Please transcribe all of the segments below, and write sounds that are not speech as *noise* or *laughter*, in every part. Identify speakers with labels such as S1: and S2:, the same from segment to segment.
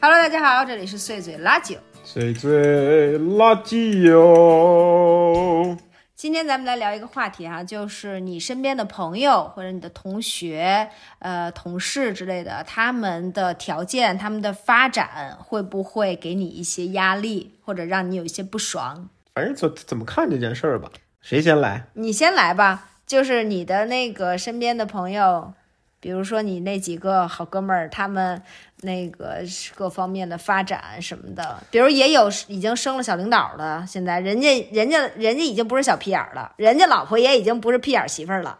S1: Hello，大家好，这里是碎嘴拉酒。
S2: 谁最垃圾哟？
S1: 今天咱们来聊一个话题哈、就是你身边的朋友或者你的同学、呃同事之类的，他们的条件、他们的发展会不会给你一些压力，或者让你有一些不爽？
S2: 反正怎怎么看这件事儿吧，谁先来？
S1: 你先来吧，就是你的那个身边的朋友，比如说你那几个好哥们儿，他们那个是各方面的发展什么的，比如也有已经升了小领导的，现在人家人家人家已经不是小屁眼儿了，人家老婆也已经不是屁眼儿媳妇儿了。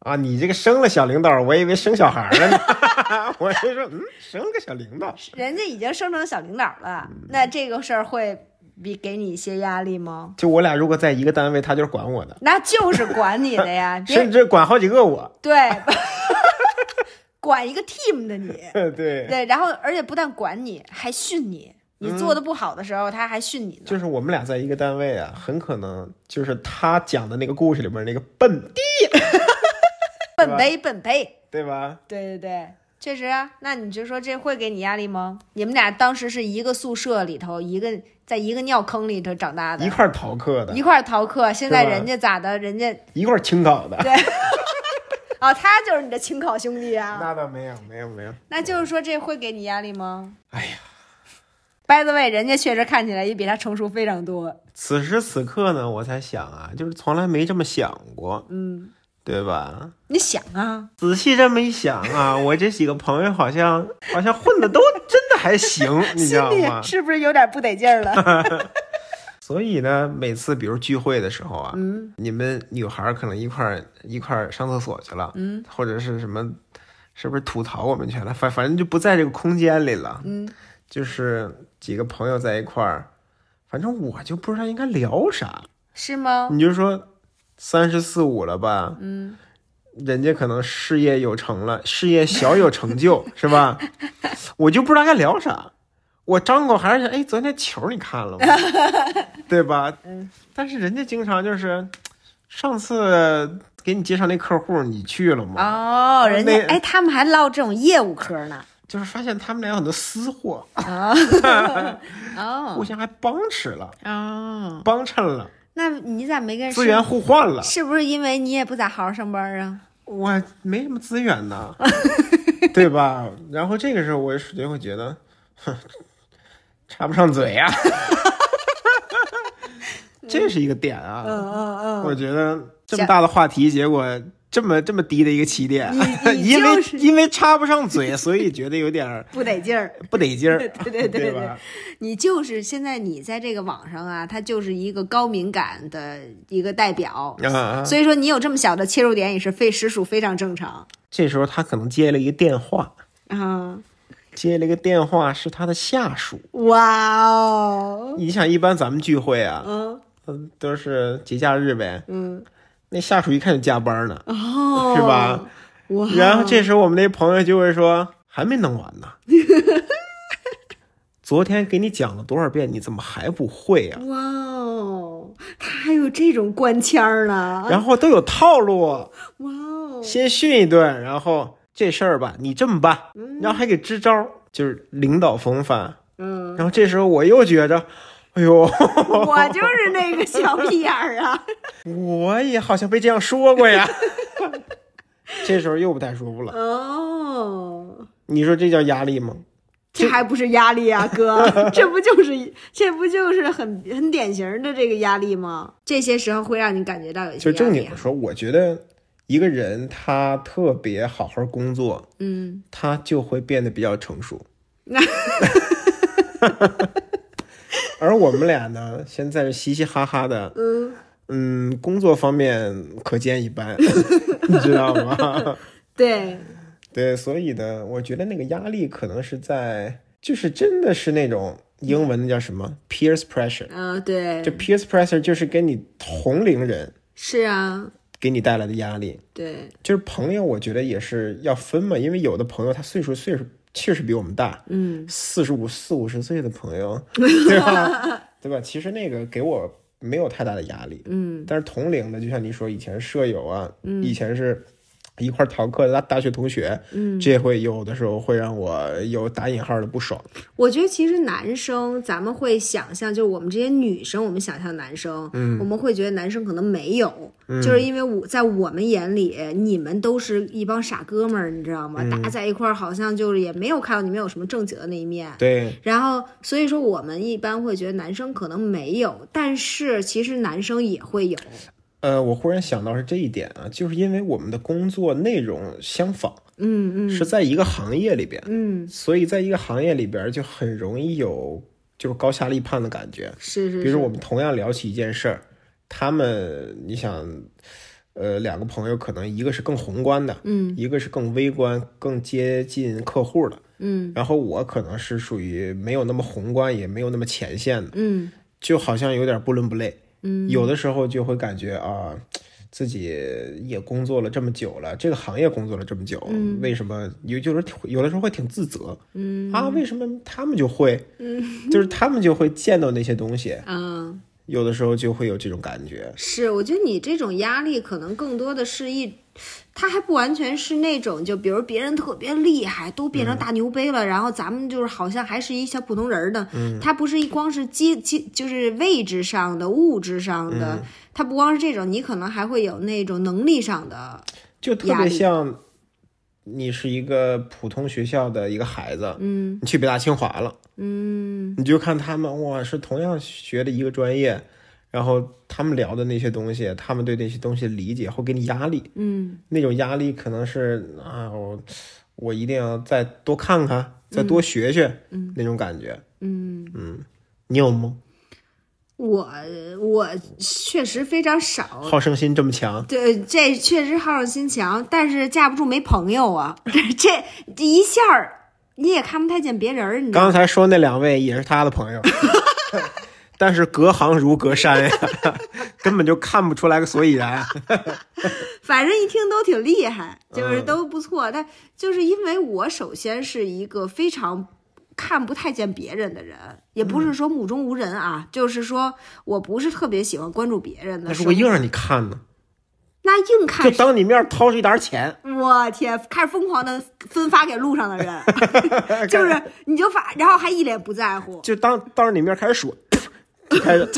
S2: 啊，你这个生了小领导，我以为生小孩儿了呢。我就说，嗯，生了个小领导，
S1: 人家已经升成小领导了，那这个事儿会比给你一些压力吗？
S2: 就我俩如果在一个单位，他就是管我的，
S1: 那就是管你的呀，别
S2: 甚至管好几个我。
S1: 对， *laughs* 管一个 team 的你，
S2: 对，
S1: 对，然后而且不但管你，还训你，你做的不好的时候，他还训你呢。
S2: 嗯就是我们俩在一个单位啊，很可能就是他讲的那个故事里面那个笨，
S1: 笨杯笨杯，
S2: 对吧？
S1: 对对对，确实啊。那你就说这会给你压力吗？你们俩当时是一个宿舍里头，一个在一个尿坑里头长大的
S2: 一，块儿逃课的
S1: 一，块儿逃课，现在
S2: 是吧
S1: 人家咋的？人家
S2: 一块儿清考的。
S1: 哦，他就是你的亲考兄弟啊。
S2: 那倒没有，没有，没有。
S1: 那就是说这会给你压力吗
S2: 哎呀，
S1: ？By the way，人家确实看起来也比他成熟非常多。
S2: 此时此刻呢，我才想啊，就是从来没这么想过，
S1: 嗯，
S2: 对吧？
S1: 你想啊，
S2: 仔细这么一想啊，我这几个朋友好像好像
S1: *laughs*
S2: 混的都真的还行，你知
S1: 心
S2: 道
S1: 里
S2: 吗？
S1: 是不是有点不得劲儿了？ *laughs*
S2: 所以呢，每次比如聚会的时候啊，
S1: 嗯
S2: 你们女孩儿可能一块儿一块儿上厕所去了，
S1: 嗯
S2: 或者是什么，是不是吐槽我们去了？反反正就不在这个空间里了。
S1: 嗯，
S2: 就是几个朋友在一块儿，反正我就不知道应该聊啥。
S1: 是吗？
S2: 你就说三十四五了吧，
S1: 嗯，
S2: 人家可能事业有成了，事业小有成就，
S1: *laughs*
S2: 是吧？我就不知道该聊啥。我张口还是想，哎，昨天球你看了吗？ *laughs* 对吧？
S1: 嗯。
S2: 但是人家经常就是，上次给你介绍那客户，你去了吗？
S1: 哦，人家
S2: 那
S1: 哎，他们还唠这种业务嗑呢。
S2: 就是发现他们俩有很多私货，
S1: 啊，
S2: 互
S1: 哦
S2: 相还帮衬了，
S1: 哦，
S2: 帮衬了，
S1: 那你咋没跟
S2: 资源互换了。
S1: 是不是因为你也不咋好好上班啊？
S2: 我没什么资源呐，对吧？然后这个时候我就会觉得，哼，插不上嘴呀、啊
S1: *laughs*
S2: 这是一个点啊。
S1: 嗯
S2: 我觉得这么大的话题，结果这么这么低的一个起点
S1: 你，你
S2: *laughs* 因为
S1: 就是
S2: 因为插不上嘴，所以觉得有点儿
S1: 不得劲儿。
S2: 不得劲儿，
S1: 对对对对
S2: 吧？
S1: 你就是现在你在这个网上啊，它就是一个高敏感的一个代表，
S2: 啊啊，
S1: 所以说你有这么小的切入点也是非实属非常正常
S2: 这时候他可能接了一个电话，
S1: 啊。
S2: 接了一个电话是他的下属。
S1: 哇哦，
S2: 你想，一般咱们聚会啊，
S1: 嗯
S2: 嗯，都是节假日呗，
S1: 嗯，
S2: 那下属一看就加班呢，
S1: 哦，
S2: 是吧？
S1: 哇，
S2: 然后这时候我们那朋友就会说：“还没弄完呢，昨天给你讲了多少遍，你怎么还不会啊？”
S1: 哇哦，他还有这种官腔儿呢！啊
S2: 然后都有套路，
S1: 哇哦，
S2: 先训一顿，然后这事儿吧，你这么办，然后还给支招，就是领导风范。
S1: 嗯，
S2: 然后这时候我又觉着，哎呦，
S1: 我就是那个小屁眼儿啊！
S2: 我也好像被这样说过呀。这时候又不太舒服了，
S1: 哦，
S2: 你说这叫压力吗？
S1: 这还不是压力 *laughs* 啊，哥，这不就是这不就是很很典型的这个压力吗？这些时候会让你感觉到有一些
S2: 就
S1: 压
S2: 正
S1: 力
S2: 经
S1: 啊、
S2: 的说，我觉得一个人他特别好好工作，
S1: 嗯，
S2: 他就会变得比较成熟。而我们俩呢，现在是嘻嘻哈哈的，
S1: 嗯
S2: 嗯，工作方面可见一斑， *laughs* 你知道吗？
S1: 对，
S2: 对，所以呢，我觉得那个压力可能是在，就是真的是那种英文的叫什么 peer pressure，
S1: 嗯、对
S2: 这，peer pressure 就是跟你同龄人
S1: 是啊，
S2: 给你带来的压力。
S1: 对，
S2: 就是朋友，我觉得也是要分嘛，因为有的朋友他岁数岁数确实比我们大，
S1: 嗯，
S2: 四十五、四五十岁的
S1: *laughs*
S2: 朋友，对吧？对吧？其实那个给我没有太大的压力，
S1: 嗯
S2: 但是同龄的，就像你说，以前舍友啊，以前是一块儿逃课的大大学同学，嗯，这会有的时候会让我有打引号的不爽。
S1: 我觉得其实男生咱们会想象，就是我们这些女生，我们想象男生，嗯，我嗯们会觉得男生可能没有，就是因为我在我们眼里，你们都是一帮傻哥们儿，你知道吗？打在一块儿好像就是也没有看到你们有什么正经的那一面。
S2: 对，
S1: 然后，所以说我们一般会觉得男生可能没有，但是其实男生也会有。
S2: 呃，我忽然想到是这一点啊，就是因为我们的工作内容相仿，
S1: 嗯嗯
S2: 是在一个行业里边，
S1: 嗯，
S2: 所以在一个行业里边就很容易有就是高下立判的感觉。
S1: 是是
S2: 比如
S1: 是，
S2: 我们同样聊起一件事儿，他们你想，呃，两个朋友可能一个是更宏观的，
S1: 嗯
S2: 一个是更微观、更接近客户的，
S1: 嗯
S2: 然后我可能是属于没有那么宏观，也没有那么前线的，
S1: 嗯
S2: 就好像有点不伦不类。
S1: 嗯，
S2: 有的时候就会感觉啊，自己也工作了这么久了，这个行业工作了这么久，为什么有就是挺有的时候会挺自责，嗯啊，为什么他们就会，嗯，就是他们就会见到那些东西，
S1: 嗯。
S2: 有的时候就会有这种感觉。
S1: 是，我觉得你这种压力可能更多的是一，他还不完全是那种，就比如别人特别厉害，都变成大牛掰了，然后咱们就是好像还是一小普通人儿呢。嗯，他不是一光是阶阶，就是位置上的、物质上的，他不光是这种，你可能还会有那种能力上的。
S2: 就特
S1: 压
S2: 别
S1: 力
S2: 像你是一个普通学校的一个孩子，
S1: 嗯
S2: 你去北大清华了，
S1: 嗯
S2: 你就看他们哇，是同样学的一个专业，然后他们聊的那些东西，他们对那些东西理解会给你压力，
S1: 嗯
S2: 那种压力可能是啊，我我一定要再多看看，再多学学，嗯，那种感觉，
S1: 嗯，
S2: 你有吗？
S1: 我我确实非常少，
S2: 好胜心这么强，
S1: 对，这确实好胜心强，但是架不住没朋友啊。 *laughs* 这这一下儿你也看不太见别人儿，你知道吗
S2: 刚才说那两位也是他
S1: *laughs*
S2: 的朋友，但是隔行如隔山呀， *laughs* 根本就看不出来个所以然。
S1: 反正一听都挺厉害，
S2: 嗯
S1: 就是都不错。但就是因为我首先是一个非常看不太见别人的人，也不
S2: 嗯
S1: 是说目中无人啊，就是说我不是特别喜欢关注别人
S2: 那
S1: 的
S2: 如
S1: 生
S2: 果
S1: 活。
S2: 硬让你看呢，
S1: 那硬
S2: 啊就
S1: 看
S2: 当你面掏出一沓钱，
S1: 我天，开始疯狂的分发给路上的
S2: *laughs*
S1: 人，就是你就发，然后还一脸不在乎，
S2: 就当当着你面开始数，就开始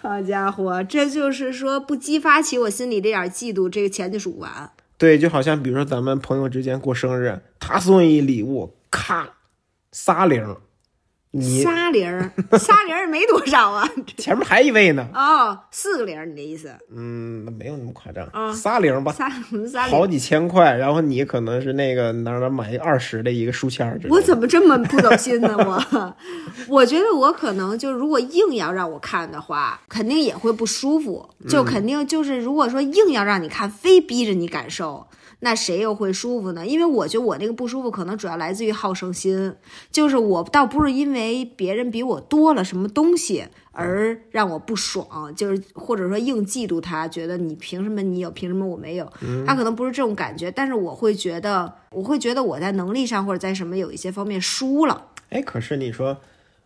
S1: 好家伙，这就是说不激发起我心里这点嫉妒，这个钱就数不完。
S2: 对，就好像比如说咱们朋友之间过生日，他送你礼物，咔，仨零，你
S1: 仨零儿，仨零儿没多少啊。
S2: 前面还一位呢，
S1: 哦，四个零儿，你的意思？
S2: 嗯，那没有那么夸
S1: 啊
S2: 张，仨
S1: *laughs*
S2: 零吧，
S1: 仨仨零
S2: 好
S1: 儿。
S2: 几千块，然后你可能是那个哪儿哪儿买一个二十的一个书签儿之类的，
S1: 我怎么这么不走心呢？我， *laughs* 我觉得我可能就如果硬要让我看的话，肯定也会不舒服。就肯定就是，如果说硬要让你看，非逼着你感受，那谁又会舒服呢？因为我觉得我这个不舒服，可能主要来自于好胜心，就是我倒不是因为别人比我多了什么东西而让我不爽，就是或者说硬嫉妒他，觉得你凭什么你有，凭什么我没有？他可能不是这种感觉，但是我会觉得，我会觉得我在能力上或者在什么有一些方面输了。
S2: 哎，可是你说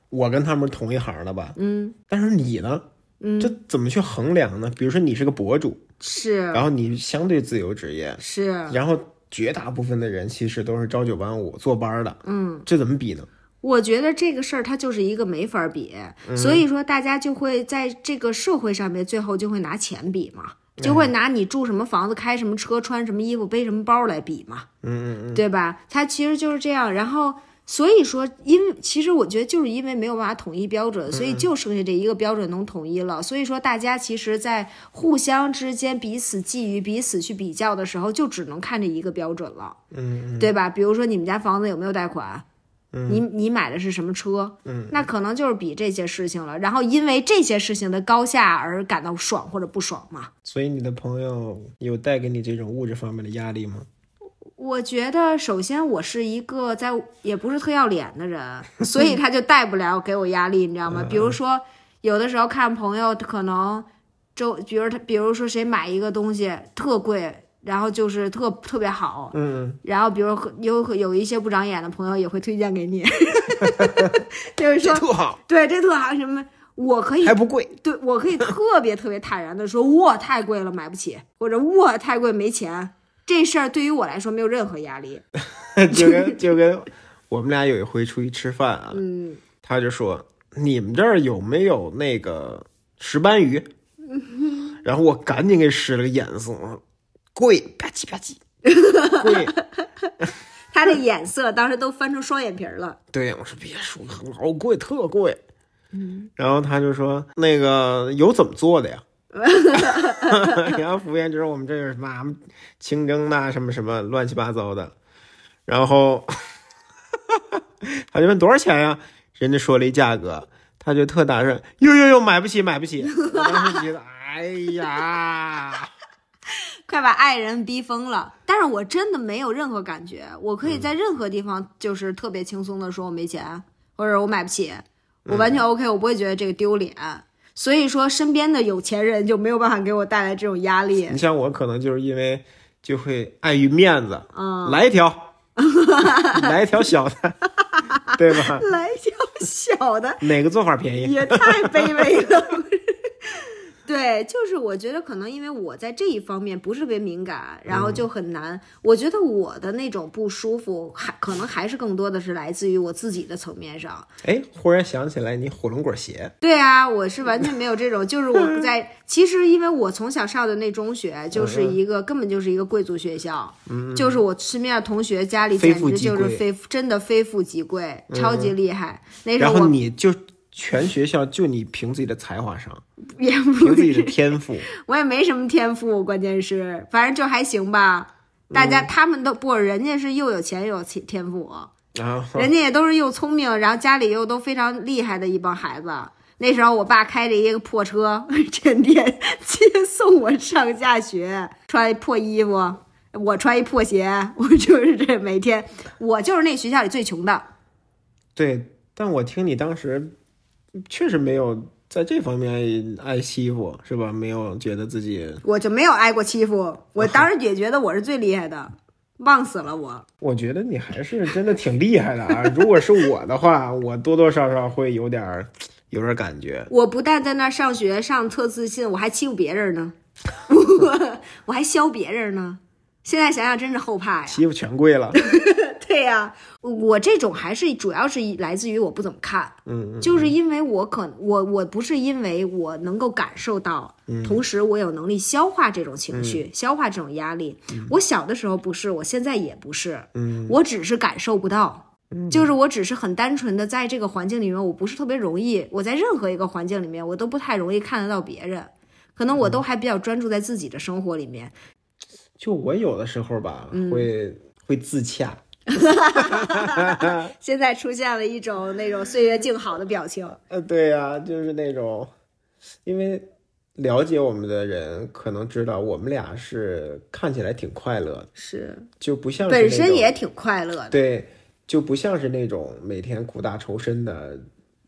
S2: 我跟他们是同一行的吧？嗯，但是你呢？嗯，这怎么去衡量呢？比如说你是个博主，
S1: 是
S2: 然后你相对自由职业，
S1: 是，
S2: 然后绝大部分的人其实都是朝九晚五坐班儿的，嗯，这怎么比呢？
S1: 我觉得这个事儿它就是一个没法比，所以说大家就会在这个社会上面最后就会拿钱比嘛，就会拿你住什么房子、开什么车、穿什么衣服、背什么包来比嘛，嗯嗯嗯，对吧？它其实就是这样，然后。所以说，因为其实我觉得就是因为没有办法统一标准，所以就剩下这一个标准能统一了。所以说，大家其实，在互相之间彼此觊觎、彼此去比较的时候，就只能看这一个标准了，嗯，对吧？比如说，你们家房子有没有贷款？你
S2: 嗯
S1: 你买的是什么车？嗯，那可能就是比这些事情了，然后因为这些事情的高下而感到爽或者不爽嘛。
S2: 所以你的朋友有带给你这种物质方面的压力吗？
S1: 我觉得，首先我是一个在也不是特要脸的人，所以他就带不了给我压力，你知道
S2: 嗯
S1: 吗？比如说，有的时候看朋友可能周，比如他，比如说谁买一个东西特贵，然后就是特特别好，
S2: 嗯，
S1: 然后比如有有一些不 *laughs* 长眼的朋友也会推荐给你，就是说
S2: 特好，
S1: 对，这特好什么？我可以
S2: 还不贵，
S1: 对我可以特别特别坦然的说，哇，太贵了，买不起，或者哇，太贵，没钱。这事儿对于我来说没有任何压力。
S2: *laughs* 就跟就跟我们俩有一回出去吃饭啊，
S1: 嗯，
S2: 他就说你们这儿有没有那个石斑鱼？然后我赶紧给使了个眼色，我说贵吧唧吧唧，贵。
S1: 他的眼色当时都翻成双眼皮儿了。
S2: 对，我说别说了，老贵特贵。嗯，然后他就说那个油怎么做的呀？然后服务员就说我们这有什么啊清蒸的啊什么什么乱七八糟的，然后他就问多少钱呀、人家说了一价格，他就特大声，哟哟哟，买不起买不起。我当时觉得，哎呀，
S1: 快把爱人逼疯了。但是我真的没有任何感觉，我可以在任何地方就是特别轻松的说我没钱，或者我买不起，我完全 OK，我不会觉得这个丢脸。所以说，身边的有钱人就没有办法给我带来这种压
S2: *laughs*
S1: 力
S2: 你。像我可能就是因为就会碍于面子，
S1: 嗯，
S2: 来一条， *laughs* 来一条小的， *laughs* 对吧？
S1: 来一条小的，
S2: 哪个做法便宜？
S1: 也太卑微了。 *laughs* 对，就是我觉得可能因为我在这一方面不是特别敏感，然后
S2: 嗯
S1: 就很难。我觉得我的那种不舒服，还可能还是更多的是来自于我自己的层面上。
S2: 哎，忽然想起来，你火龙果鞋，
S1: 对啊，我是完全没有这种，就是我
S2: *laughs*
S1: 在 *laughs* 其实因为我从小上的那中
S2: 嗯
S1: 学就是一个根本就是一个贵族学校，就是我身边的同学家里
S2: 非
S1: 简
S2: 富
S1: 直
S2: 即
S1: 就是
S2: 贵嗯
S1: 非真的非富即贵，超级厉害。那时
S2: 然
S1: 候
S2: 后
S1: 哎我
S2: 你就全学校就你凭自己的才
S1: *laughs*
S2: 华上，
S1: 也
S2: 凭
S1: 不
S2: 自己的天赋，
S1: 我也没什么天赋，关键是反正就还行吧。大家他们都不，人家是又有钱又有天天赋，
S2: 然后
S1: *laughs* 人家也都是又聪明，然后家里又都非常厉害的一帮孩子。那时候我爸开着一个破车， *laughs* 天天接送我上下学，穿一破衣服，我穿一破鞋，我就是这每天，我就是那学校里最穷的。
S2: 对。但我听你当时确实没有在这方面挨欺负，是吧？没有觉得自己，
S1: 我就没有挨过欺负，我当时也觉得我是最厉害的，忘死了我。
S2: 我觉得你还是真的挺厉害的啊！如果是我的话，我多多少少会有点儿有点儿感觉。
S1: 我不但在那儿上学上特自信，我还欺负别人 *laughs* 呢，我我还削别人呢。现在想想真是后怕呀。
S2: 欺负权贵了，
S1: *laughs* 对呀、我这种还是主要是来自于我不怎么看，
S2: 嗯，
S1: 就是因为我可我我不是因为我能够感受到，同时我有能力消化这种情绪，消化这种压力。我小的时候不是，我现在也不是，
S2: 嗯，
S1: 我只是感受不到。就是我只是很单纯的在这个环境里面，我不是特别容易，我在任何一个环境里面，我都不太容易看得到别人，可能我
S2: 嗯
S1: 都还比较专注在自己的生活里面，
S2: 就我有的时候吧，
S1: 嗯
S2: 会会自洽，
S1: 现在出现了一种那种岁月静好的表情。
S2: 呃，对呀、就是那种，因为了解我们的人可能知道，我们俩是看起来挺快乐的，
S1: 是，
S2: 就不 *laughs* 像是
S1: 本
S2: 那
S1: 身
S2: 种
S1: 也挺快乐的。
S2: 对，就不像是那种每天苦大仇深的。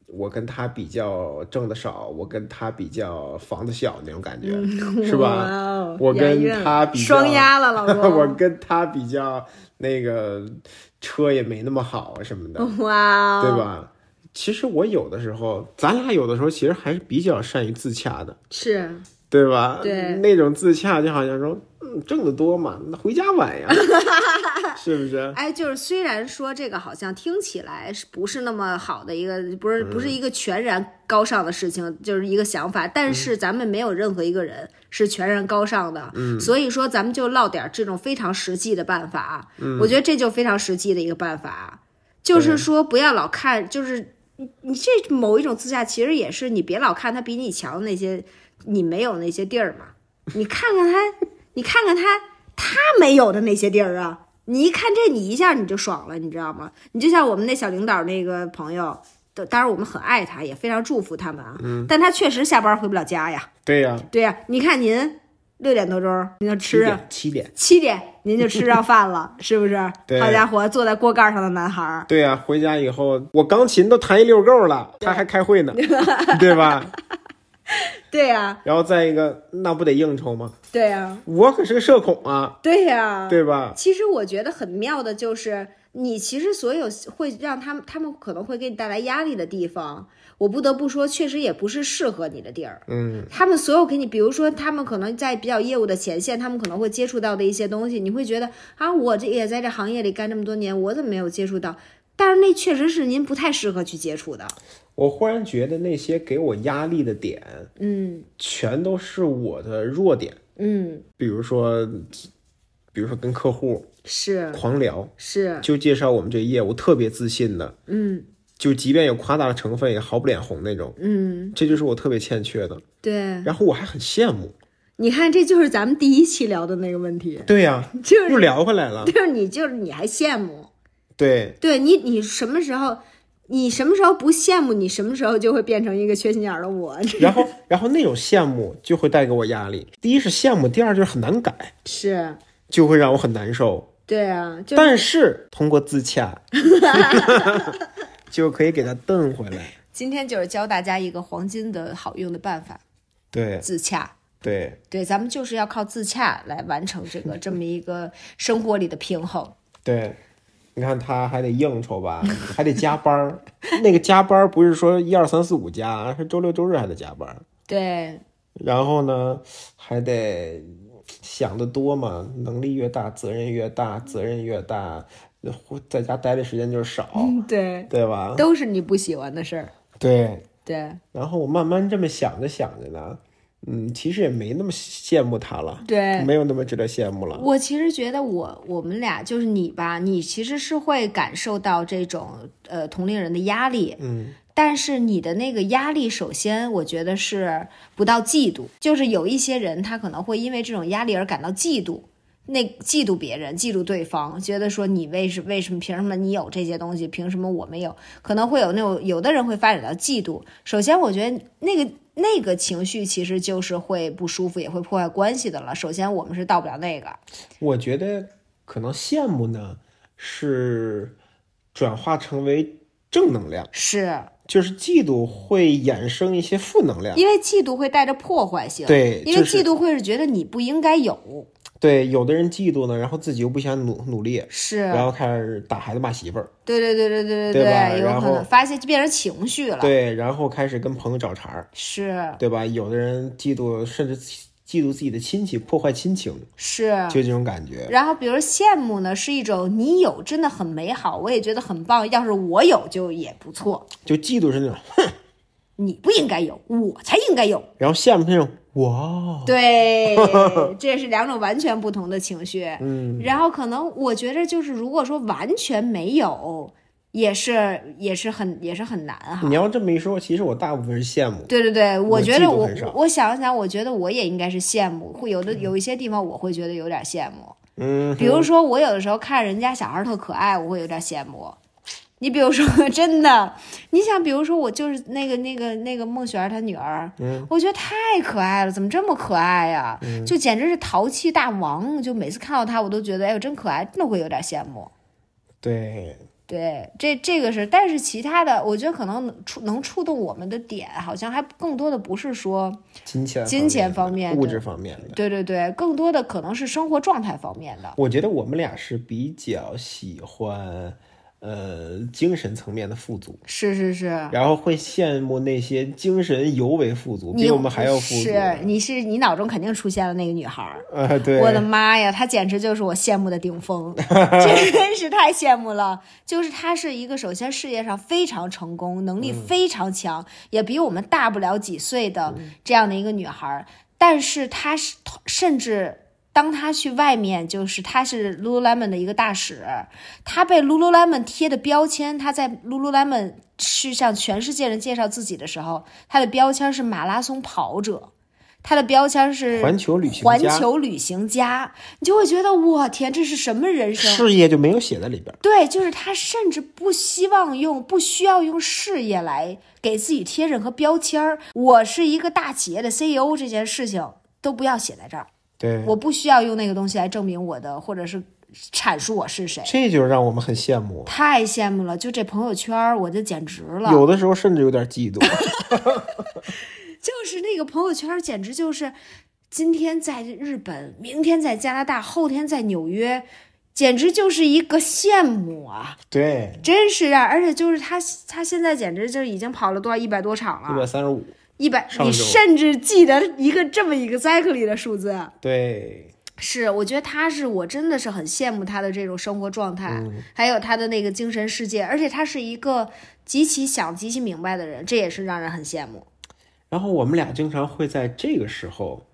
S2: 我跟他比较挣的少，我跟他比较房子小那种感觉，
S1: *laughs*
S2: 是
S1: 哇
S2: 吧？
S1: 哦
S2: 我跟
S1: 押韵
S2: 他比较
S1: 双压了，老
S2: *laughs* 我
S1: 公。
S2: 跟他比较那个车也没那么好啊什么的，
S1: 哦哇，
S2: 对？吧？其实我有的时候，咱俩有的时候其实还是比较善于自洽的，
S1: 是，
S2: 对吧？
S1: 对
S2: 那种自洽就好像说，嗯，挣得多嘛，那回家晚
S1: *laughs*
S2: 呀，是不是？
S1: 哎，就是虽然说这个好像听起来是不是那么好的一个，不是不是一个全然高尚的事情，就是一个想法，但是咱们没有任何一个人是全然高尚的，所以说咱们就唠点儿这种非常实际的办法，啊我觉得这就非常实际的一个办法，啊就是说不要老看，就是你你这某一种自驾，其实也是你别老看他比你强的那些，你没有那些地儿嘛，你看看他，你看看他，他没有的那些地儿啊。你一看这，你一下你就爽了，你知道吗？你就像我们那小领导那个朋友，当当然我们很爱他，也非常祝福他们啊。
S2: 嗯
S1: 但他确实下班回不了家呀。
S2: 对呀、
S1: 对呀、你看您六点多钟您就
S2: 七
S1: 吃啊，
S2: 点七点，
S1: 七点您就吃上饭
S2: *laughs*
S1: 了，是不是？
S2: 对
S1: 好家伙，坐在锅盖上的男孩儿，
S2: 对呀、回家以后我钢琴都弹一溜够了，他还开会呢，对吧？
S3: 对呀、
S2: 然后再一个，那不得应酬吗？
S3: 对呀、
S2: 我可是个社恐啊，
S3: 对呀、
S2: 对吧？
S3: 其实我觉得很妙的就是，你其实所有会让他们，他们可能会给你带来压力的地方，我不得不说，确实也不是适合你的地儿。
S2: 嗯，
S3: 他们所有给你，比如说他们可能在比较业务的前线，他们可能会接触到的一些东西，你会觉得啊，我这也在这行业里干这么多年，我怎么没有接触到？但是那确实是您不太适合去接触的。
S2: 我忽然觉得那些给我压力的点，
S3: 嗯
S2: 全都是我的弱点。
S3: 嗯，
S2: 比如说，比如说跟客户
S3: 是
S2: 狂聊，
S3: 是，
S2: 就介绍我们这业务，特别自信的，
S3: 嗯
S2: 就即便有夸大的成分，也毫不脸红那种。
S3: 嗯，
S2: 这就是我特别欠缺的。
S3: 对，
S2: 然后我还很羡慕。
S3: 你看，这就是咱们第一期聊的那个问题，
S2: 对呀、
S3: 就是
S2: 又聊回来了。
S3: 就是你就是你还羡慕，
S2: 对，
S3: 对你你什么时候你什么时候不羡慕，你什么时候就会变成一个缺心眼儿的我。
S2: 然后然后那种羡慕就会带给我压力。第一是羡慕，第二就是很难改，
S3: 是，
S2: 就会让我很难受。
S3: 对啊，就
S2: 但是通过自洽， *laughs* 就可以给它蹬回来。
S1: 今天就是教大家一个黄金的好用的办法——
S2: 对
S1: 自洽。
S2: 对，
S1: 对，咱们就是要靠自洽来完成这个这么一个生活里的平衡。
S2: 对，你看他还得应酬吧，还得加班儿。那个加班儿不是说一二三四五加，是周六周日还得加班儿。
S1: 对， *laughs*
S2: 然后呢，还得想得多嘛，能力越大，责任越大，责任越大，在家待的时间就是少，
S1: 对，
S2: 对吧？
S1: 都是你不喜欢的事儿。
S2: 对。
S1: 对，
S2: 然后我慢慢这么想着想着呢，嗯，其实也没那么羡慕他了，
S1: 对
S2: 没有那么值得羡慕了。
S1: 我其实觉得我我们俩就是你吧，你其实是会感受到这种呃同龄人的压力，
S2: 嗯，
S1: 但是你的那个压力，首先我觉得是不到嫉妒，就是有一些人他可能会因为这种压力而感到嫉妒。那嫉妒别人，嫉妒对方，觉得说你为什为什么凭什么你有这些东西，凭什么我没有？可能会有那种有的人会发展到嫉妒。首先，我觉得那个那个情绪其实就是会不舒服，也会破坏关系的了。首先，我们是到不了那个，
S2: 我觉得可能羡慕呢是转化成为正能量，
S1: 是
S2: 就是嫉妒会衍生一些负能量。
S1: 因为嫉妒会带着破坏性，
S2: 对
S1: 因为
S2: 就是
S1: 嫉妒会是觉得你不应该有，
S2: 对，有的人嫉妒呢，然后自己又不想努努力，
S1: 是，
S2: 然后开始打孩子骂媳妇儿，
S1: 对对对对对
S2: 对吧
S1: 有
S2: 然
S1: 可
S2: 后
S1: 能发泄就变成情绪了。
S2: 对，然后开始跟朋友找茬儿，
S1: 是
S2: 对吧？有的人嫉妒，甚至嫉妒自己的亲戚，破坏亲情，
S1: 是。
S2: 就这种感觉。
S1: 然后，比如羡慕呢，是一种你有真的很美好，我也觉得很棒。要是我有就也不错，
S2: 就嫉妒是那种，
S1: 你不应该有，我才应该有。
S2: 然后羡慕是那种，哇，
S1: *laughs*
S2: *laughs*
S1: 对，这是两种完全不同的情绪。
S2: 嗯，
S1: 然后可能我觉着就是，如果说完全没有，也是也是很也是很难哈。
S2: 你要这么一说，其实我大部分是羡慕，
S1: 对对对，
S2: 我
S1: 我觉
S2: 嫉
S1: 得
S2: 妒
S1: 我
S2: 很少
S1: 我想了想，我觉得我也应该是羡慕，会有的有一些地方我会觉得有点羡慕。
S2: 嗯，
S1: 比如说，我有的时候看人家小孩儿特可爱，我会有点羡慕。你比如说， *laughs* 真的，你想，比如说我就是那个那个那个孟璇儿她女儿，
S2: 嗯
S1: 我觉得太可爱了，怎么这么可爱呀、就简直是淘气大王，就每次看到她，我都觉得哎呦真可爱，真的会有点羡慕。
S2: 对，
S1: 对，这这个是，但是其他的，我觉得可能能触能触动我们的点，好像还更多的不是说，
S2: 金钱、
S1: 金钱
S2: 方
S1: 方
S2: 的
S1: 面
S2: 物
S1: 的
S2: 质方面的。
S1: 对对对，更多的可能是生活状态方面的。
S2: 我觉得我们俩是比较喜欢，呃，精神层面的富足，
S1: 是是是，
S2: 然后会羡慕那些精神尤为富足，比
S1: 你
S2: 我们还要富足
S1: 是
S2: 的。
S1: 你是你脑中肯定出现了那个女孩儿，
S2: 呃，对，
S1: 我的妈呀，她简直就是我羡慕的顶
S2: *laughs*
S1: 峰，真是太羡慕了。就是她是一个首先事业上非常成功，能力非常强，也比我们大不了几岁的
S2: 嗯
S1: 这样的一个女孩儿，但是她是甚至。当她去外面，就是她是 Lululemon 的一个大使，她被 Lululemon 贴的标签，她在 Lululemon 去向全世界人介绍自己的时候，她的标签是马拉松跑者，她的标签是
S2: 环球旅行
S1: 环
S2: 家
S1: 球旅行家，你就会觉得我天，这是什么人生？
S2: 事业就没有写在里边儿。
S1: 对，就是他甚至不希望用，不需要用事业来给自己贴任何标签儿。我是一个大企业的 CEO 这件事情都不要写在这儿，
S2: 对，
S1: 我不需要用那个东西来证明我的，或者是阐述我是谁。
S2: 这就让我们很羡慕，
S1: 太羡慕了，就这朋友圈儿，我就简直了。
S2: 有的时候甚至有点嫉妒。
S1: 就是那个朋友圈，简直就是今天在日本，明天在加拿大，后天在纽约，简直就是一个羡慕啊！
S2: 对，
S1: 真是啊，而且就是他，他现在简直就已经跑了多少一百多场
S2: 一
S1: 了
S2: 百，三十五，
S1: 一百，
S2: 上
S1: 你
S2: 周
S1: 甚至记得一个这么一个 exactly 的数字。啊
S2: 对，
S1: 是，我觉得他是我真的是很羡慕他的这种生活状态，
S2: 嗯
S1: 还有他的那个精神世界，而且他是一个极其想、极其明白的人，这也是让人很羡慕。
S2: 然后我们俩经常会在这个时候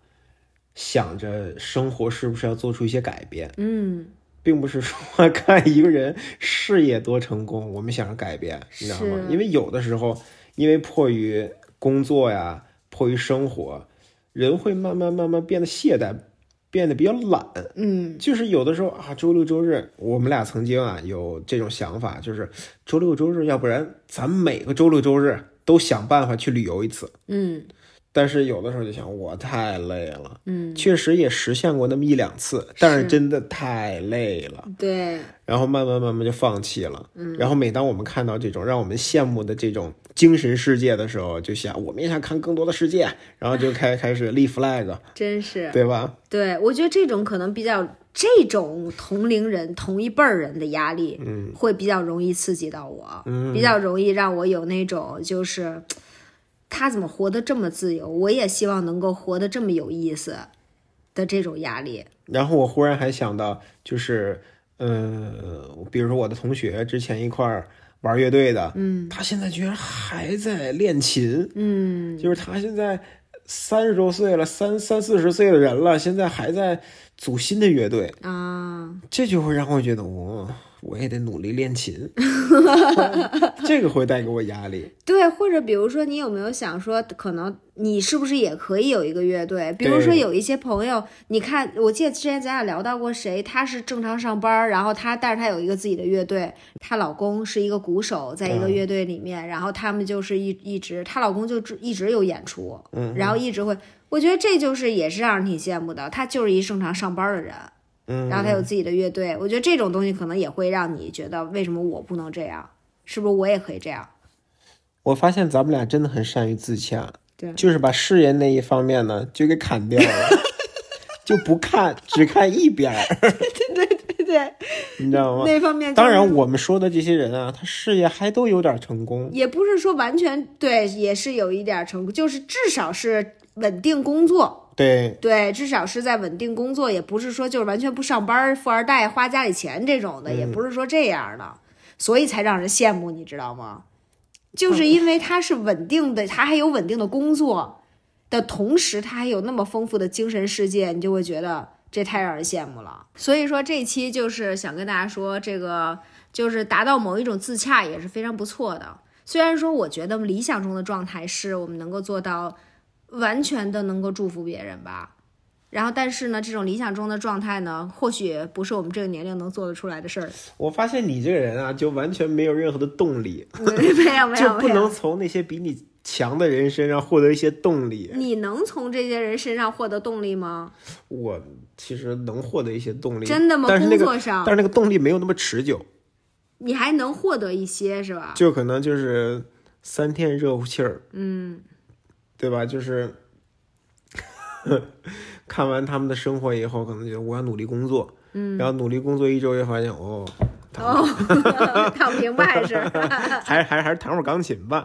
S2: 想着生活是不是要做出一些改变，
S1: 嗯，
S2: 并不是说 *laughs* 看一个人事业多成功，我们想着改变，你知道吗？
S1: 是
S2: 因为有的时候，因为迫于工作呀，迫于生活，人会慢慢慢慢变得懈怠，变得比较懒。
S1: 嗯，
S2: 就是有的时候啊，周六周日，我们俩曾经啊有这种想法，就是周六周日，要不然咱每个周六周日都想办法去旅游一次。
S1: 嗯，
S2: 但是有的时候就想，我太累了，
S1: 嗯，
S2: 确实也实现过那么一两次，但是
S1: 是
S2: 真的太累了，
S1: 对，
S2: 然后慢慢慢慢就放弃了。嗯，然后每当我们看到这种让我们羡慕的这种精神世界的时候，就想我们也想看更多的世界，然后就开开始立 *laughs* flag，
S1: 真是，
S2: 对吧？
S1: 对我觉得这种可能比较这种同龄人、同一辈儿人的压力，嗯，会比较容易刺激到我，嗯，比较容易让我有那种就是。他怎么活得这么自由？我也希望能够活得这么有意思的这种压力。
S2: 然后我忽然还想到，就是，呃，比如说我的同学之前一块儿玩乐队的，嗯，他现在居然还在练琴，嗯，就是他现在三十多岁了，三三四十岁的人了，现在还在组新的乐队，
S1: 啊，
S2: 这就会让我觉得，我、我也得努力
S1: *laughs*
S2: 练琴，这个会带给我压力，
S1: 对，或者比如说，你有没有想说，可能你是不是也可以有一个乐队？比如说，
S2: 对
S1: 有一些朋友，你看，我记得之前咱俩聊到过谁，她是正常上班儿，然后她，但是她有一个自己的乐队，她老公是一个鼓手，在一个乐队里面，然后他们就是一一直，她老公就只一直有演出，嗯，然后一直会，我觉得这就是也是让人挺羡慕的，她就是一正常上班儿的人。
S2: 嗯
S1: 然后他有自己的乐队，我觉得这种东西可能也会让你觉得，为什么我不能这样？是不是我也可以这样？
S2: 我发现咱们俩真的很善于自洽，
S1: 对
S2: 就是把事业那一方面呢就给砍掉了， *laughs* 就不看只看一边儿，
S1: 对对，
S2: 你知道吗？
S1: 那方面、
S2: 当然，，我们说的这些人啊，他事业还都有点成功，
S1: 也不是说完全对，也是有一点儿成功，就是至少是稳定工作，
S2: 对，
S1: 对，至少是在稳定工作，也不是说就是完全不上班儿，富二代花家里钱这种的，也不是说这样的，所以才让人羡慕，你知道吗？就是因为他是稳定的，他还有稳定的工作的同时，他还有那么丰富的精神世界，你就会觉得这太让人羡慕了。所以说这期就是想跟大家说，这个就是达到某一种自洽也是非常不错的。虽然说我觉得理想中的状态是我们能够做到完全的能够祝福别人吧。然后，但是呢，这种理想中的状态呢，或许不是我们这个年龄能做得出来的事
S2: *laughs*
S1: 儿。
S2: 我发现你这个人啊，就完全没有任何的动力，
S1: 没有，没
S2: 就
S1: 有，
S2: 不
S1: 没
S2: 能
S1: 有。
S2: 从那些比你强的人身上获得一些动力。
S1: 你能从这些人身上获得动力吗？
S2: 我其实能获得一些动力，
S1: 真的吗？
S2: 但是那
S1: 工
S2: 个，
S1: 作上
S2: 但是那个动力没有那么持久，
S1: 你还能获得一些是
S2: *laughs*
S1: 吧？
S2: 就可能就是三天热乎气儿，嗯，对吧？就是 *laughs* 看完他们的生活以后，可能觉得我要努力工作，嗯，然后努力工作一周，又发现哦，
S1: 哦，躺平吧还是？
S2: 还是还是还是弹会儿钢琴吧，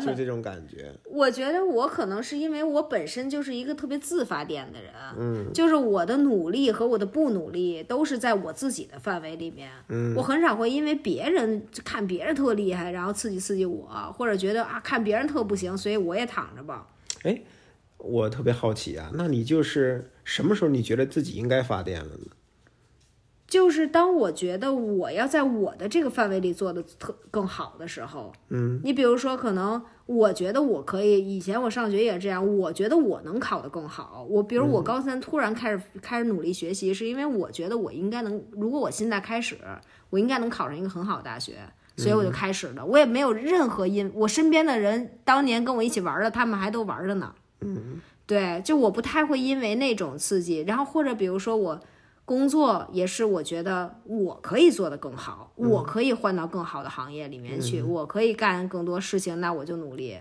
S2: 就这种感觉。
S1: 我觉得我可能是因为我本身就是一个特别自发电的人，嗯，就是我的努力和我的不努力都是在我自己的范围里面，嗯，我很少会因为别人看别人特厉害，然后刺激刺激我，或者觉得啊看别人特不行，所以我也躺着吧。
S2: 哎我特别好奇啊，那你就是什么时候你觉得自己应该发电了呢？
S1: 就是当我觉得我要在我的这个范围里做的特更好的时候，嗯，你比如说，可能我觉得我可以，以前我上学也这样，我觉得我能考得更好。我比如我高三突然开始、开始努力学习，是因为我觉得我应该能，如果我现在开始，我应该能考上一个很好的大学，所以我就开始了。我也没有任何因，我身边的人当年跟我一起玩的，他们还都玩着呢，嗯，对，就我不太会因为那种刺激，然后或者比如说我。工作也是我觉得我可以做得更好，嗯我可以换到更好的行业里面去，我可以干更多事情，那我就努力。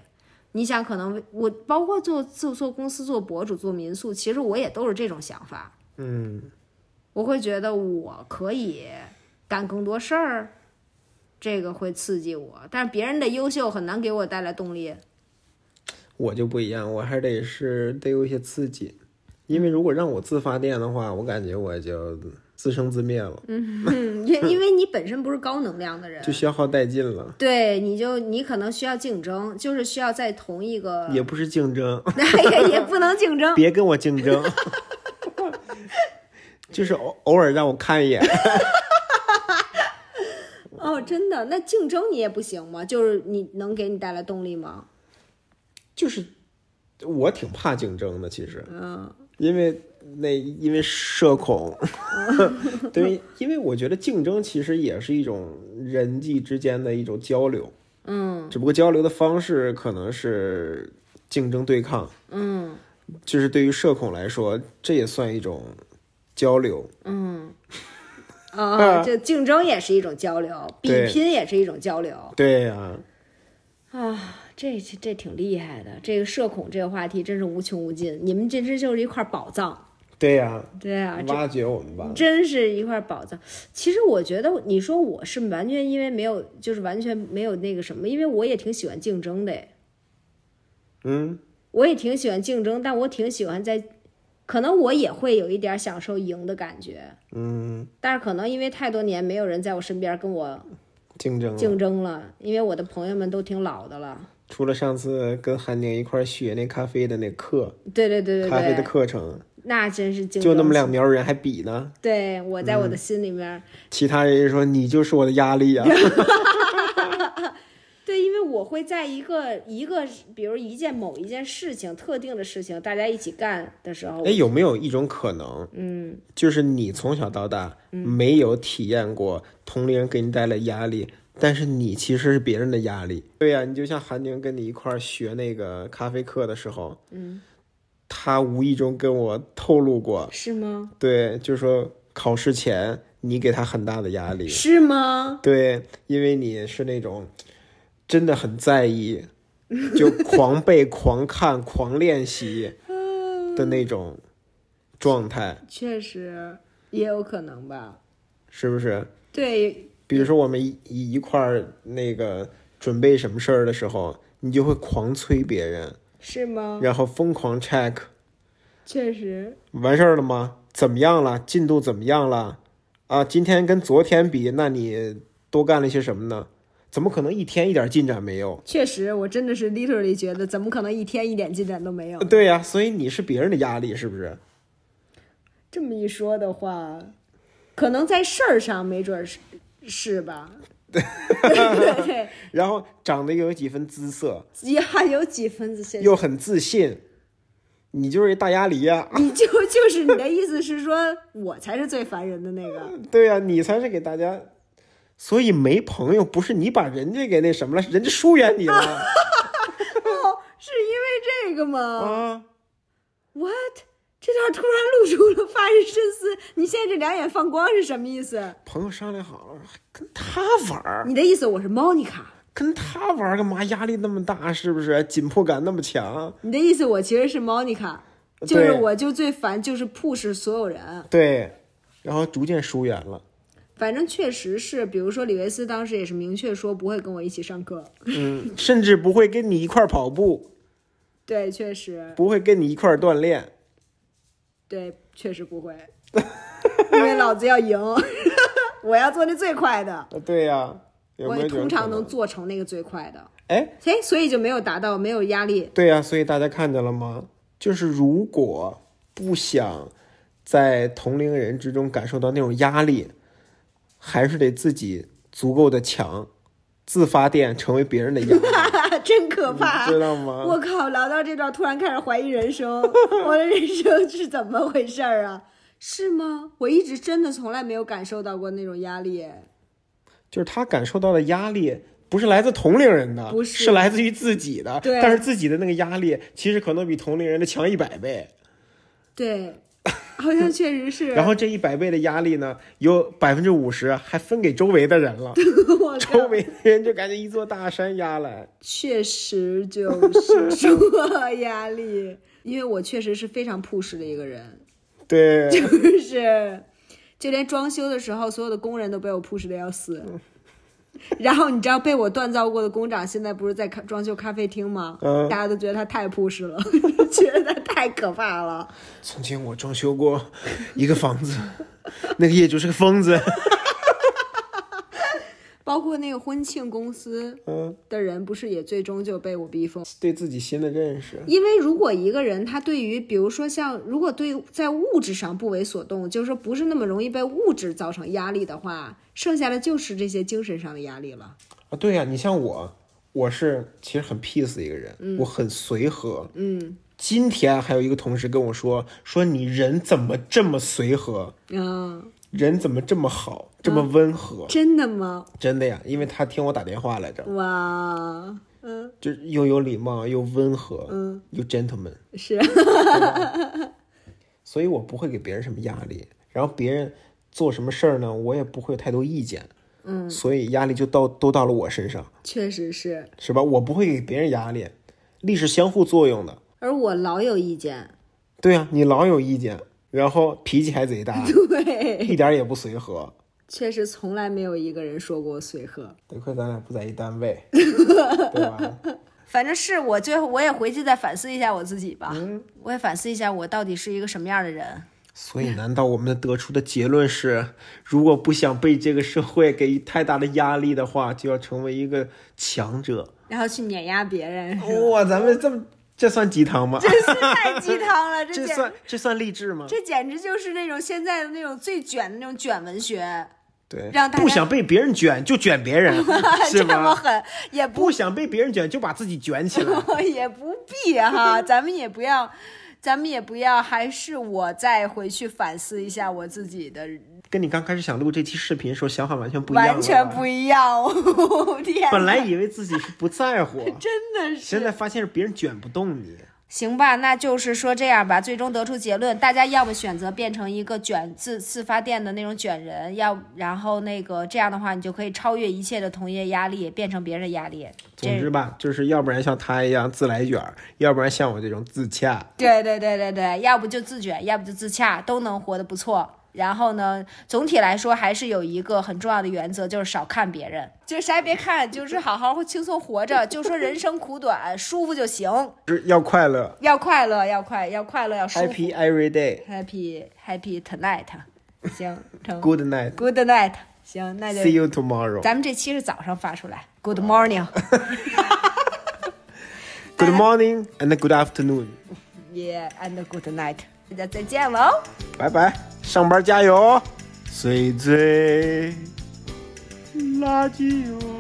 S1: 你想，可能我包括做做做公司、做博主、做民宿，其实我也都是这种想法。
S2: 嗯，
S1: 我会觉得我可以干更多事儿，这个会刺激我。但是别人的优秀很难给我带来动力。
S2: 我就不一样，我还得是得有一些刺激，因为如果让我自发电的话，我感觉我就自生自灭了，
S1: 嗯，因因为你本身不是高能量的人
S2: 就，消耗殆尽了，
S1: 对，你就你可能需要竞争，就是需要在同一个，
S2: 也不是竞争， *laughs*
S1: *laughs* 也也不能竞争。
S2: 别跟我竞争， *laughs* 就是偶偶尔让我看一眼，
S1: 哦，真的，那竞争你也不行吗？就是你能给你带来动力吗？
S2: 就是我挺怕竞争的，其实，
S1: 嗯
S2: 因为那因为社恐， *laughs* 对，因为我觉得竞争其实也是一种人际之间的一种交流，
S1: 嗯
S2: 只不过交流的方式可能是竞争对抗，
S1: 嗯
S2: 就是对于社恐来说，这也算一种交流。
S1: 嗯，啊、就竞争也是一种交流，比
S2: 对
S1: 拼也是一种交流。
S2: 对呀、
S1: 啊，这这这挺厉害的，这个社恐这个话题真是无穷无尽。你们这真就是一块宝藏，
S2: 对呀、
S1: 对啊，这
S2: 挖掘我们吧。
S1: 真是一块宝藏。其实我觉得，你说我是完全因为没有，就是完全没有那个什么，因为我也挺喜欢竞争的诶，
S2: 嗯，
S1: 我也挺喜欢竞争，但我挺喜欢在，可能我也会有一点享受赢的感觉，
S2: 嗯，
S1: 但是可能因为太多年没有人在我身边跟我
S2: 竞争了。
S1: 竞争了，因为我的朋友们都挺老的了。
S2: 除了上次跟韩宁一块儿学那咖啡的那课，
S1: 对对对对
S2: 咖啡的
S1: 对，
S2: 课程，
S1: 那真是竞争
S2: 就那么两嗯苗人还比呢。
S1: 对我在我的心里面，
S2: 其他人说你就是我的压力啊呀、
S1: 对，因为我会在一个一个，比如一件某一件事情、特定的事情，大家一起干的时候
S2: 哎，，有没有一种可能，嗯，就是你从小到大没有体验过同龄人给你带来压力，但是你其实是别人的压力。对呀、你就像韩宁跟你一块儿学那个咖啡课的时候，嗯，他无意中跟我透露过，
S1: 是吗？
S2: 对，就是说考试前你给他很大的压力，
S1: 是吗？
S2: 对，因为你是那种真的很在意，就狂背、狂看、狂练习的那种状态，
S1: 确实也有可能吧。
S2: 是不是？
S1: 对，
S2: 比如说我们一一一块儿那个准备什么事儿的时候，你就会狂催别人，
S1: 是吗？
S2: 然后疯狂 check
S1: 确实，
S2: 完事儿了吗？怎么样了？进度怎么样了？啊，今天跟昨天比，那你多干了些什么呢？怎么可能一天一点进展没有？
S1: 确实，我真的是 literally 觉得，怎么可能一天一点进展都没有？
S2: 对呀、所以你是别人的压力，是不是？
S1: 这么一说的话，可能在事儿上没准儿是是吧？对对对，
S2: 然后长得又有几分姿色，
S1: *laughs* 也还有几分子现
S2: 又很自信，你就是一大鸭梨呀、
S1: 你就就是你的意思是说，我才是最烦人的那个？
S2: 对呀、你才是给大家。所以没朋友不是你把人家给那什么了，人家疏远你了
S1: 哦，是因为这个吗
S2: 啊！
S1: ？What？这段突然露出了发人深思。你现在这两眼放光是什么意思？
S2: 朋友商量好了，跟他玩儿，
S1: 你的意思我是 Monica，
S2: 跟他玩儿干嘛？压力那么大，是不是？紧迫感那么强？
S1: 你的意思我其实是 Monica，
S2: 对
S1: 就是我就最烦就是 push 所有人。
S2: 对，然后逐渐疏远了。
S1: 反正确实是，比如说李维斯当时也是明确说不会跟我一起上课。
S2: 嗯，甚至不会跟你一块儿跑步，
S1: 对，确实，
S2: 不会跟你一块儿锻炼。
S1: 对，确实不
S2: *laughs*
S1: 会，因为老子要赢， *laughs* 我要做那最快的。
S2: 呃对呀、有
S1: 我
S2: 没
S1: 也
S2: 有一种
S1: 通
S2: 可
S1: 常能做成那个最快的，
S2: 哎，
S1: 哎，所以就没有达到没有压力。
S2: 对呀、所以大家看见了吗？就是如果不想在同龄人之中感受到那种压力，还是得自己足够的强，自发电成为别人的压
S1: *laughs*
S2: 力，
S1: 真可怕！
S2: 你知道吗
S1: 我靠，聊到这段突然开始怀疑人生，我的人生是怎么回事儿啊？是吗？我一直真的从来没有感受到过那种压力。
S2: 就是他感受到的压力。不是来自同龄人的，
S1: 不是
S2: 是来自于自己的。
S1: 对
S2: 但是自己的那个压力，其实可能比同龄人的强一百倍。
S1: 对，啊，好像确实是。
S2: *laughs* 然后这一百倍的压力呢，有百分之五十还分给周围的人了，
S1: *laughs* 我靠
S2: 周围的人就感觉一座大山压来。
S1: 确实就是说压力，因为我确实是非常朴实的一个人，*laughs*
S2: 对，
S1: 就是就连装修的时候，所有的工人都被我朴实的要死。然后你知道被我锻造过的工长现在不是在咖装修咖啡厅吗？
S2: 嗯
S1: 大家都觉得他太朴实了， *laughs* 觉得他太可怕了。
S2: 曾经我装修过一个房子，那个业主是个疯子。
S1: 包括那个婚庆公司
S2: 嗯，
S1: 的人，不是也最终就被我逼疯？
S2: *laughs* 对自己新的认识，
S1: 因为如果一个人他对于，比如说像如果对在物质上不为所动，就是说不是那么容易被物质造成压力的话，剩下的就是这些精神上的压力了。
S2: 啊，对呀、你像我，我是其实很 peace 的一个人，我很随和。嗯，今天还有一个同事跟我说，说你人怎么这么随和，
S1: 嗯，
S2: 人怎么这么好，这么温和？
S1: 真的吗？
S2: 真的呀，因为他听我打电话来着，
S1: 哇，嗯，
S2: 就是又有礼貌，又温和，嗯，又 gentleman，
S4: *laughs*
S1: 是
S2: 所以我不会给别人什么压力，然后别人做什么事儿呢，我也不会有太多意见。嗯，所以压力就到都到了我身上，
S1: 确实是。
S2: 是吧？我不会给别人压力，力是相互作用的。
S1: 而我老有意
S4: *laughs*
S1: 见，，
S2: 对啊，你老有意见，然后脾气还贼大
S1: *laughs* 对，
S2: 一点儿也不随和。
S1: 确实从来没有一个人说过我随和。
S2: 得亏咱俩不在一单位，对吧？
S4: 反正是我最后我也回去再反思一下我自己吧，
S1: 嗯
S4: 我也反思一下我到底是一个什么样的人。
S2: 所以，难道我们得出的结论是，如果不想被这个社会给太大的压力的话，就要成为一个强者？
S1: 然后去碾压别人，
S2: 哇，咱们这么这算鸡汤吗？
S4: *laughs* 太鸡汤了，
S1: *laughs*
S4: 这
S2: 这
S4: 简
S2: 算这算励志吗？
S4: 这简直就是那种现在的那种最卷的那种卷文学，
S2: 对，
S4: 让大
S2: 不
S4: 家
S2: 想被别人卷就卷别人，是
S4: *laughs* 这么
S2: 吗？
S4: 狠也不
S2: 不想被别人卷就把自己卷
S4: *laughs*
S2: 起来。
S4: 也不必
S2: *laughs*
S4: 哈，咱们也不要，咱们也不要，还是我再回去反思一下我自己的，
S2: 跟你刚开始想录这期视频的时候想法完全不一样了吧，
S4: 完全不一样。 *laughs* 我天，
S2: 本来以为自己是不在乎，
S4: *laughs* 真的是
S2: 现在发现是别人卷不动你。
S4: 行吧，那就是说这样吧，最终得出结论，大家要么选择变成一个卷自自发电的那种卷人，要然后那个这样的话，你就可以超越一切的同业压力，变成别人的压力。
S2: 总之吧，就是要不然像他一样自来卷儿，要不然像我这种自洽。
S4: 对对对对对，要不就自卷，要不就自洽，都能活得不错。然后呢，总体来说还是有一个很重要的原则，就是少看别人，就是啥也别看，就是好好轻松活着。就说人生苦短，舒服就行，
S2: 就是要快乐
S4: 要快乐，要快，要快乐，要舒服。
S2: ，Happy every day,
S4: happy happy tonight，行， *laughs* 成
S2: good night,
S4: good night，行，那就
S2: see you tomorrow,
S4: 咱们这期是早上发出来，good
S2: *laughs*
S4: morning，
S2: good morning and good afternoon，
S4: yeah and good night，大家再见了哦。
S2: 拜拜，上班加油哦，碎嘴垃圾哟。